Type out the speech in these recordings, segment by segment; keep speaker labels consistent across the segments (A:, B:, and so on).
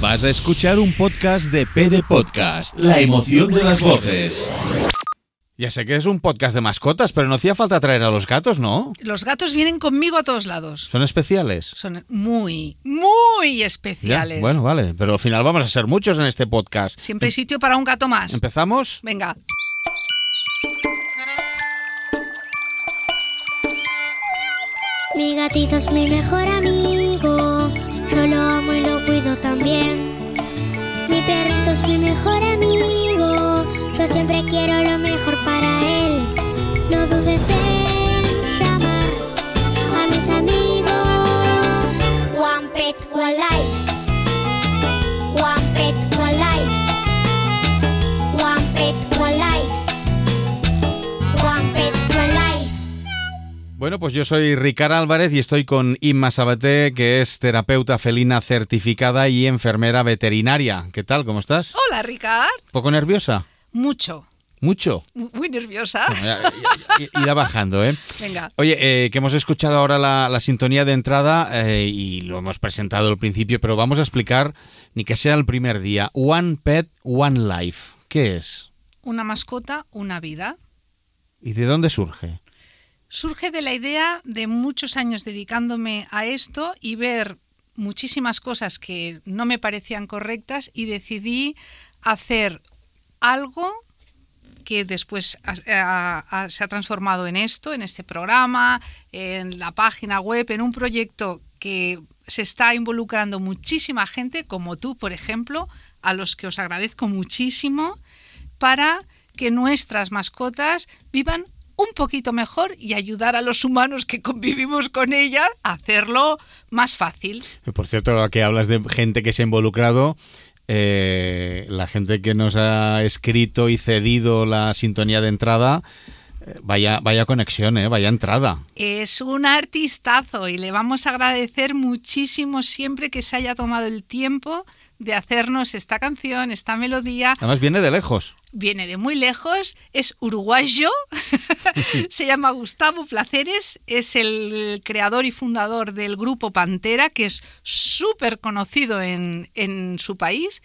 A: Vas a escuchar un podcast de PD Podcast, la emoción de las voces.
B: Ya sé que es un podcast de mascotas, pero no hacía falta traer a los gatos, ¿no?
C: Los gatos vienen conmigo a todos lados.
B: Son especiales.
C: Son muy, muy
B: Ya,
C: especiales.
B: Bueno, vale, pero al final vamos a ser muchos en este podcast.
C: Siempre hay sitio para un gato más.
B: ¿Empezamos?
C: Venga.
D: Mi gatito es mi mejor amigo, yo lo amo y lo cuido también. Mi perrito es mi mejor amigo, yo siempre quiero lo mejor para él. No dudes en llamar a mis amigos. One Pet One Life. One Pet One Life. One Pet One Life. One Pet One Life.
B: Bueno, pues yo soy Ricard Álvarez y estoy con Inma Sabaté, que es terapeuta felina certificada y enfermera veterinaria. ¿Qué tal? ¿Cómo estás?
C: Hola, Ricard.
B: ¿Un poco nerviosa?
C: Mucho.
B: ¿Mucho?
C: Mu- Muy nerviosa.
B: Ya- ya- ya- Irá bajando, ¿eh?
C: Venga.
B: Oye, eh, que hemos escuchado ahora la, la sintonía de entrada eh, y lo hemos presentado al principio, pero vamos a explicar, ni que sea el primer día, One Pet, One Life. ¿Qué es?
C: Una mascota, una vida.
B: ¿Y de dónde surge?
C: Surge de la idea de muchos años dedicándome a esto y ver muchísimas cosas que no me parecían correctas y decidí hacer algo que después has- a- a- se ha transformado en esto, en este programa, en la página web, en un proyecto que se está involucrando muchísima gente, como tú, por ejemplo, a los que os agradezco muchísimo, para que nuestras mascotas vivan un poquito mejor y ayudar a los humanos que convivimos con ellas a hacerlo más fácil.
B: Eh, Por cierto, ahora que hablas de gente que se ha involucrado, eh, la gente que nos ha escrito y cedido la sintonía de entrada, eh, vaya, vaya conexión, ¿eh? vaya entrada.
C: Es un artistazo y le vamos a agradecer muchísimo siempre que se haya tomado el tiempo de hacernos esta canción, esta melodía.
B: Además viene de lejos.
C: Viene de muy lejos, es uruguayo, se llama Gustavo Placeres, es el creador y fundador del grupo Pantera, que es súper conocido en, en su país,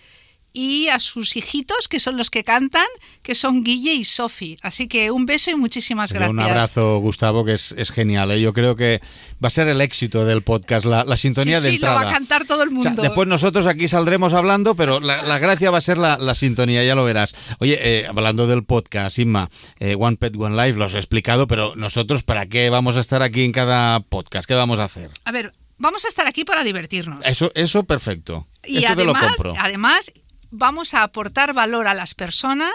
C: y a sus hijitos, que son los que cantan, que son Guille y Sofi. Así que un beso y muchísimas
B: Oye,
C: gracias.
B: Un abrazo, Gustavo, que es, es genial. ¿eh? Yo creo que va a ser el éxito del podcast, la, la
C: Sí,
B: sintonía de
C: sí, lo
B: entrada.
C: va a cantar todo el
B: O sea,
C: mundo.
B: después nosotros aquí saldremos hablando, pero la, la gracia va a ser la, la sintonía, ya lo verás. Oye, eh, hablando del podcast, Inma, eh, One Pet One Life, los he explicado, pero nosotros, ¿para qué vamos a estar aquí en cada podcast? ¿Qué vamos a hacer?
C: A ver, vamos a estar aquí para divertirnos.
B: Eso, eso perfecto.
C: y
B: Esto te lo
C: además,
B: compro.
C: además, vamos a aportar valor a las personas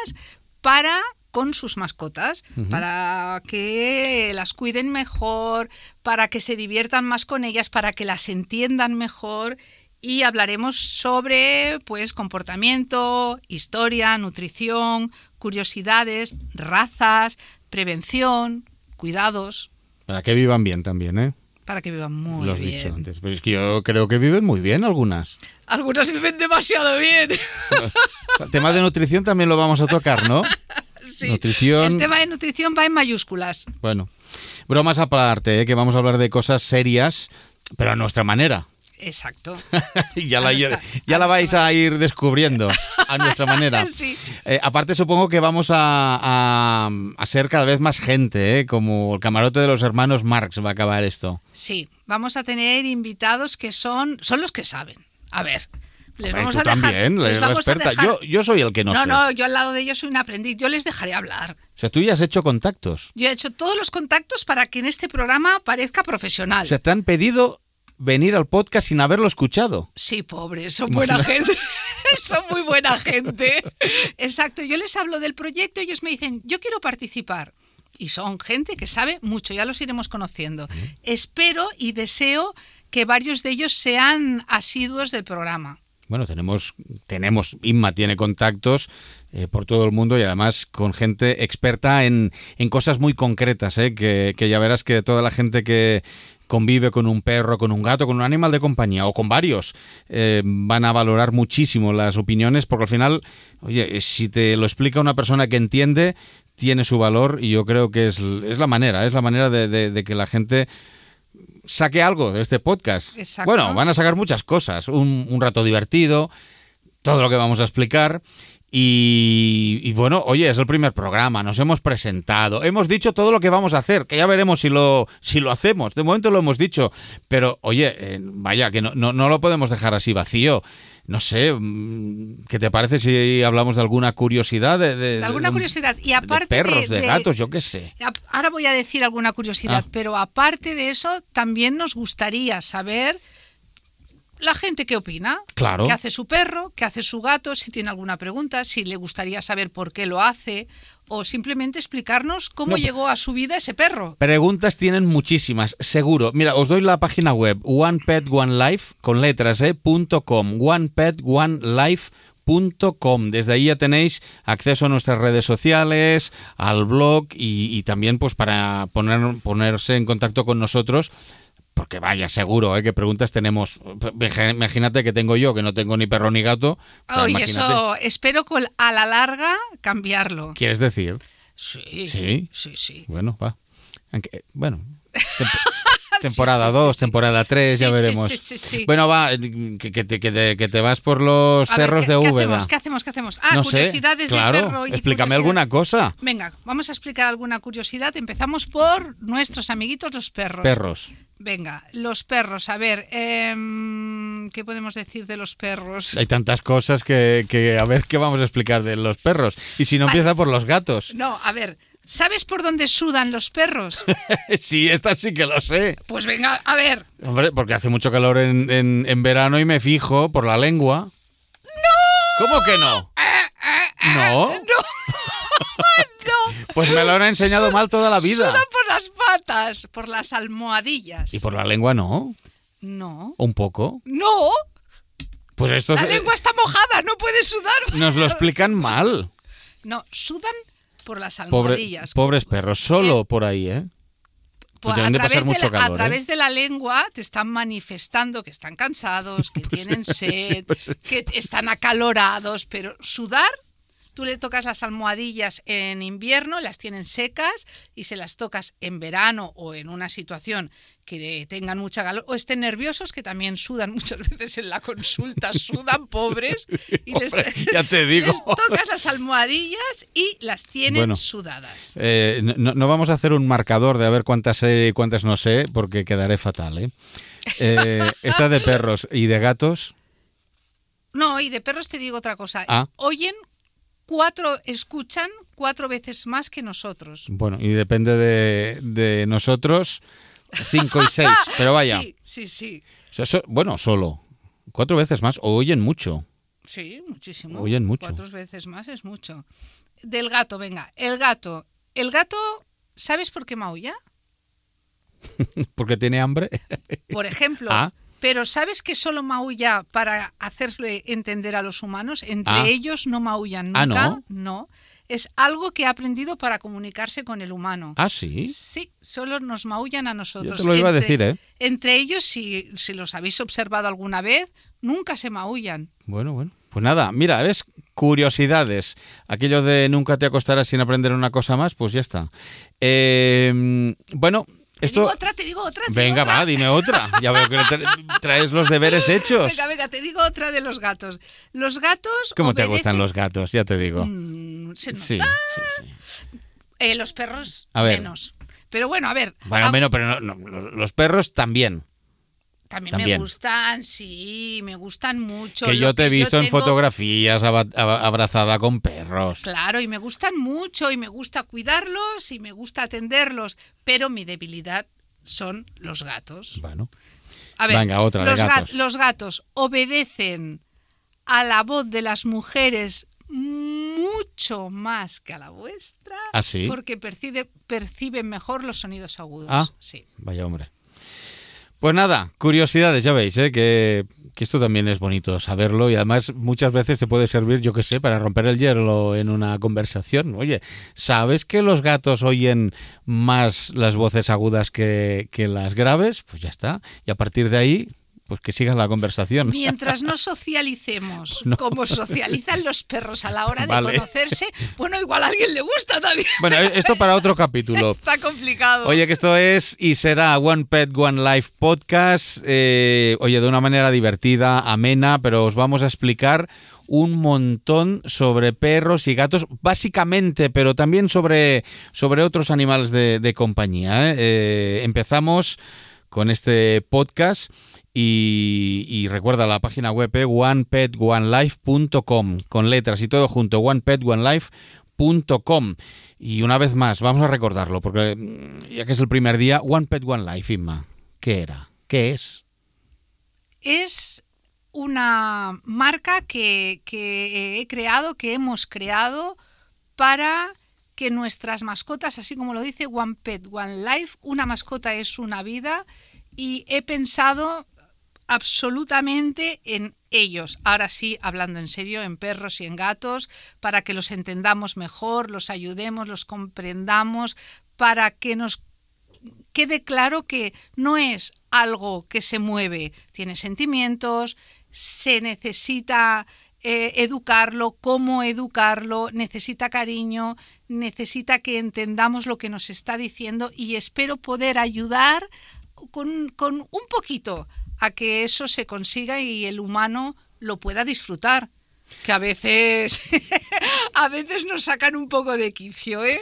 C: para con sus mascotas, para que las cuiden mejor, para que se diviertan más con ellas, para que las entiendan mejor y hablaremos sobre pues comportamiento, historia, nutrición, curiosidades, razas, prevención, cuidados
B: Para que vivan bien también, ¿eh?
C: para que vivan muy
B: Lo has
C: bien.
B: dicho antes. Pero es que yo creo que viven muy bien algunas.
C: Algunas viven demasiado bien.
B: El tema de nutrición también lo vamos a tocar, ¿no?
C: Sí.
B: Nutrición.
C: El tema de nutrición va en mayúsculas.
B: Bueno, bromas aparte, ¿eh? que vamos a hablar de cosas serias, pero a nuestra manera.
C: Exacto.
B: Y ya
C: A
B: la,
C: nuestra-
B: ya
C: a
B: la
C: nuestra
B: vais a ir descubriendo a nuestra manera.
C: Sí.
B: Eh, aparte supongo que vamos a, a- a ser cada vez más gente, ¿eh? como el camarote de los hermanos Marx va a acabar esto.
C: Sí, vamos a tener invitados que son son los que saben. A ver, les
B: Hombre,
C: vamos
B: Eh, tú
C: a dejar.
B: también,
C: les
B: eres la
C: vamos a
B: experta.
C: dejar-
B: Yo, yo soy el que no,
C: no,
B: sé.
C: no, yo al lado de ellos soy un aprendiz. Yo les dejaré hablar.
B: O sea, tú ya has hecho contactos.
C: Yo he hecho todos los contactos para que en este programa parezca profesional.
B: O sea, te han pedido venir al podcast sin haberlo escuchado.
C: Sí, pobres, son buena gente. son muy buena gente. Exacto, yo les hablo del proyecto y ellos me dicen, yo quiero participar. Y son gente que sabe mucho, ya los iremos conociendo. Espero y deseo que varios de ellos sean asiduos del programa.
B: Bueno, tenemos, tenemos, Inma tiene contactos eh, por todo el mundo y además con gente experta en, en cosas muy concretas, ¿eh? que, que ya verás que toda la gente que convive con un perro, con un gato, con un animal de compañía o con varios, eh, van a valorar muchísimo las opiniones porque al final, oye, si te lo explica una persona que entiende, tiene su valor y yo creo que es, es la manera, es la manera de, de- de que la gente saque algo de este podcast.
C: Exacto.
B: Bueno, van a sacar muchas cosas. Un, un rato divertido, todo lo que vamos a explicar. Y, y bueno, oye, es el primer programa, nos hemos presentado, hemos dicho todo lo que vamos a hacer, que ya veremos si lo, si lo hacemos. De momento lo hemos dicho, pero oye, eh, vaya, que no, no, no lo podemos dejar así vacío. No sé, mm, ¿qué te parece si hablamos de alguna curiosidad? De, de-
C: De alguna
B: de Eh, un-
C: curiosidad. Y aparte
B: de perros, de,
C: de-
B: gatos, yo qué sé.
C: Ap- Ahora voy a decir alguna curiosidad,
B: Ah.
C: pero aparte de eso, también nos gustaría saber la gente qué opina.
B: Claro.
C: ¿Qué hace su perro? ¿Qué hace su gato? Si tiene alguna pregunta, si le gustaría saber por qué lo hace, o simplemente explicarnos cómo
B: No, pe-
C: llegó a su vida ese perro.
B: Preguntas tienen muchísimas, seguro. Mira, os doy la página web onepet1life con letras, eh, punto com, onepet1life.com. Desde ahí ya tenéis acceso a nuestras redes sociales, al blog y, y también pues para poner, ponerse en contacto con nosotros. Porque vaya, seguro, ¿eh? que preguntas tenemos. Imagínate que tengo yo, que no tengo ni perro ni gato. pues
C: Oye,
B: imagínate.
C: eso espero con, a la larga cambiarlo.
B: ¿Quieres decir?
C: Sí,
B: Sí.
C: sí, sí.
B: Bueno, va. Aunque, eh, bueno. tempo- temporada
C: sí, sí,
B: 2,
C: sí.
B: temporada 3, ya
C: Sí, sí,
B: veremos.
C: sí, sí, sí.
B: Bueno, va, eh, que, que te- que te- que te vas por los
C: A ver,
B: cerros
C: ¿qué-
B: de
C: ¿qué
B: Úbeda.
C: hacemos? ¿Qué hacemos? ¿Qué hacemos? Ah,
B: no sé,
C: curiosidades
B: claro,
C: de perro. y
B: explícame
C: curiosidades-
B: alguna cosa.
C: Venga, vamos a explicar alguna curiosidad. Empezamos por nuestros amiguitos los perros.
B: Perros.
C: Venga, los perros. A ver, em, ¿qué podemos decir de los perros?
B: Hay tantas cosas que, que a ver qué vamos a explicar de los perros. Y si no
C: Vale.
B: empieza por los gatos.
C: No, a ver, ¿sabes por dónde sudan los perros?
B: sí, esta sí que lo sé.
C: Pues venga, a ver.
B: Hombre, porque hace mucho calor en, en- en verano y me fijo por la lengua. ¡No! ¿Cómo que no?
C: Eh,
B: No.
C: No,
B: Pues me lo han enseñado mal toda la vida.
C: sudan por las patas, por las almohadillas.
B: Y por la lengua no,
C: No,
B: un poco.
C: no,
B: Pues esto
C: la
B: es-
C: lengua está mojada, no puede sudar.
B: nos lo explican mal.
C: No, sudan por las
B: Pobre-
C: almohadillas.
B: pobres perros, solo por ahí, ¿eh?
C: Pues a,
B: deben de pasar
C: través de
B: mucho
C: la, a
B: calor, ¿eh?
C: través de la lengua te están manifestando que están cansados,
B: Pues
C: que tienen sed, que t- están acalorados, pero sudar, tú le tocas las almohadillas en invierno, las tienen secas y se las tocas en verano o en una situación que tengan mucha calor o estén nerviosos, que también sudan muchas veces en la consulta, sudan pobres y les,
B: Hombre, ya te digo.
C: les tocas las almohadillas y las tienen
B: Bueno.
C: sudadas.
B: Eh, no, no vamos a hacer un marcador de a ver cuántas sé y cuántas no sé, porque quedaré fatal, ¿eh? Eh, Esta de perros y de gatos.
C: No, y de perros te digo otra cosa.
B: Ah.
C: Oyen cuatro, escuchan cuatro veces más que nosotros.
B: Bueno, y depende de, de nosotros, cinco y seis. Pero Ah, vaya,
C: Sí, sí, sí.
B: o sea, so- bueno, solo. Cuatro veces más, o oyen mucho.
C: Sí, muchísimo.
B: Oyen mucho.
C: Cuatro veces más es mucho. Del gato, venga. El gato. El gato, ¿sabes por qué maulla?
B: Porque tiene hambre.
C: Por ejemplo.
B: Ah.
C: Pero ¿sabes que solo maulla para hacerle entender a los humanos? Entre
B: Ah.
C: ellos no maullan nunca.
B: Ah, ¿no?
C: No. Es algo que ha aprendido para comunicarse con el humano.
B: Ah, sí.
C: Sí, solo nos maullan a nosotros.
B: Yo te lo iba a decir, ¿eh?
C: Entre ellos, si, si los habéis observado alguna vez, nunca se maullan.
B: Bueno, bueno. Pues nada, mira, ves, curiosidades. Aquello de nunca te acostarás sin aprender una cosa más, pues ya está. Eh, bueno,
C: Te
B: esto.
C: digo otra, te digo otra. te digo
B: Venga,
C: otra.
B: va, dime otra. Ya veo que no te- traes los deberes hechos.
C: Venga, venga, te digo otra de los gatos. Los gatos.
B: ¿Cómo te
C: obedecen-
B: gustan los gatos? Ya te digo.
C: Mm, se nota.
B: Sí. sí, sí.
C: Eh, los perros,
B: A ver.
C: menos. Pero bueno, a ver. ah,
B: Bueno,
C: a-
B: menos, pero no- no, los- los perros también.
C: También,
B: también.
C: me gustan, sí, me gustan mucho.
B: Que
C: Lo
B: yo te he visto en
C: tengo-
B: fotografías aba- aba- abrazada con perros.
C: Claro, y me gustan mucho, y me gusta cuidarlos, y me gusta atenderlos. Pero mi debilidad son los gatos.
B: Bueno,
C: A ver,
B: Venga, otra de
C: los, ga-
B: gatos.
C: los gatos obedecen a la voz de las mujeres mucho más que a la vuestra.
B: ¿Ah, sí?
C: Porque percibe- perciben mejor los sonidos agudos.
B: Ah.
C: Sí.
B: vaya hombre. Pues nada, curiosidades, ya veis, ¿eh? que, que esto también es bonito saberlo y además muchas veces te puede servir, yo qué sé, para romper el hielo en una conversación. Oye, ¿sabes que los gatos oyen más las voces agudas que, que las graves? Pues ya está. Y a partir de ahí, pues que sigas la conversación.
C: Mientras no socialicemos
B: No.
C: como socializan los perros a la hora de
B: Vale.
C: conocerse, bueno, igual a alguien le gusta también.
B: Bueno, esto para otro capítulo.
C: Está complicado.
B: Oye, que esto es y será One Pet, One Life Podcast. eh, oye, de una manera divertida, amena, pero os vamos a explicar un montón sobre perros y gatos, básicamente, pero también sobre, sobre otros animales de, de compañía. ¿eh? Eh, empezamos con este podcast. Y, y recuerda la página web eh, onepetonelife.com con letras y todo junto, onepetonelife.com. Y una vez más, vamos a recordarlo, porque mm, ya que es el primer día, One Pet One Life, Inma, ¿qué era? ¿Qué es?
C: es una marca que, que he creado, que hemos creado para que nuestras mascotas, así como lo dice One Pet, One Life, una mascota es una vida y he pensado absolutamente en ellos. Ahora sí, hablando en serio, en perros y en gatos, para que los entendamos mejor, los ayudemos, los comprendamos, para que nos quede claro que no es algo que se mueve, tiene sentimientos, se necesita eh, educarlo, cómo educarlo, necesita cariño, necesita que entendamos lo que nos está diciendo y espero poder ayudar con, con un poquito a que eso se consiga y el humano lo pueda disfrutar. Que a veces, a veces nos sacan un poco de quicio, ¿eh?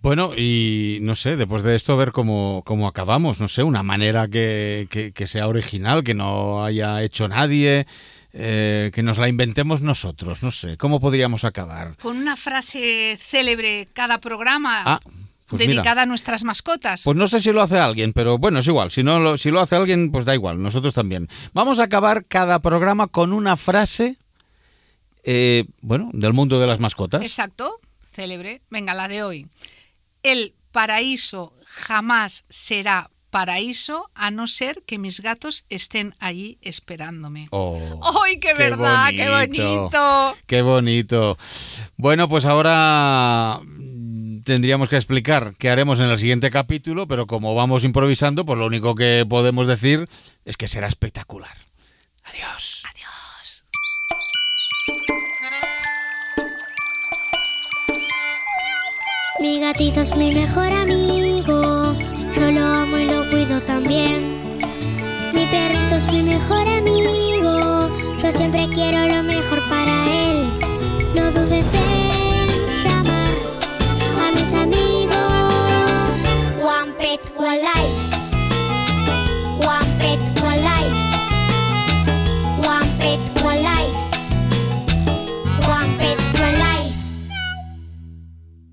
B: Bueno, y no sé, después de esto, a ver cómo, cómo acabamos. No sé, una manera que, que- que sea original, que no haya hecho nadie, eh, que nos la inventemos nosotros. No sé, ¿cómo podríamos acabar?
C: con una frase célebre cada programa
B: Ah, pues mira.
C: dedicada a nuestras mascotas.
B: Pues no sé si lo hace alguien, pero bueno, es igual. Si, no lo, si lo hace alguien, pues da igual, nosotros también. Vamos a acabar cada programa con una frase, eh, bueno, del mundo de las mascotas.
C: Exacto, célebre. Venga, la de hoy. El paraíso jamás será paraíso a no ser que mis gatos estén allí esperándome.
B: Oh,
C: ¡Ay, qué, verdad! ¡Qué bonito!
B: ¡Qué bonito! Bueno, pues ahora mm, tendríamos que explicar qué haremos en el siguiente capítulo, pero como vamos improvisando, pues lo único que podemos decir es que será espectacular. Adiós.
D: Mi gatito es mi mejor amigo, yo lo amo y lo cuido también. Mi perrito es mi mejor amigo, yo siempre quiero lo mejor para él. No dudes en llamar a mis amigos. One pet, one life. One pet, one life. One pet, one life. One pet, one life.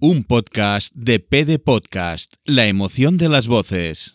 A: Un podcast de PD Podcast, la emoción de las voces.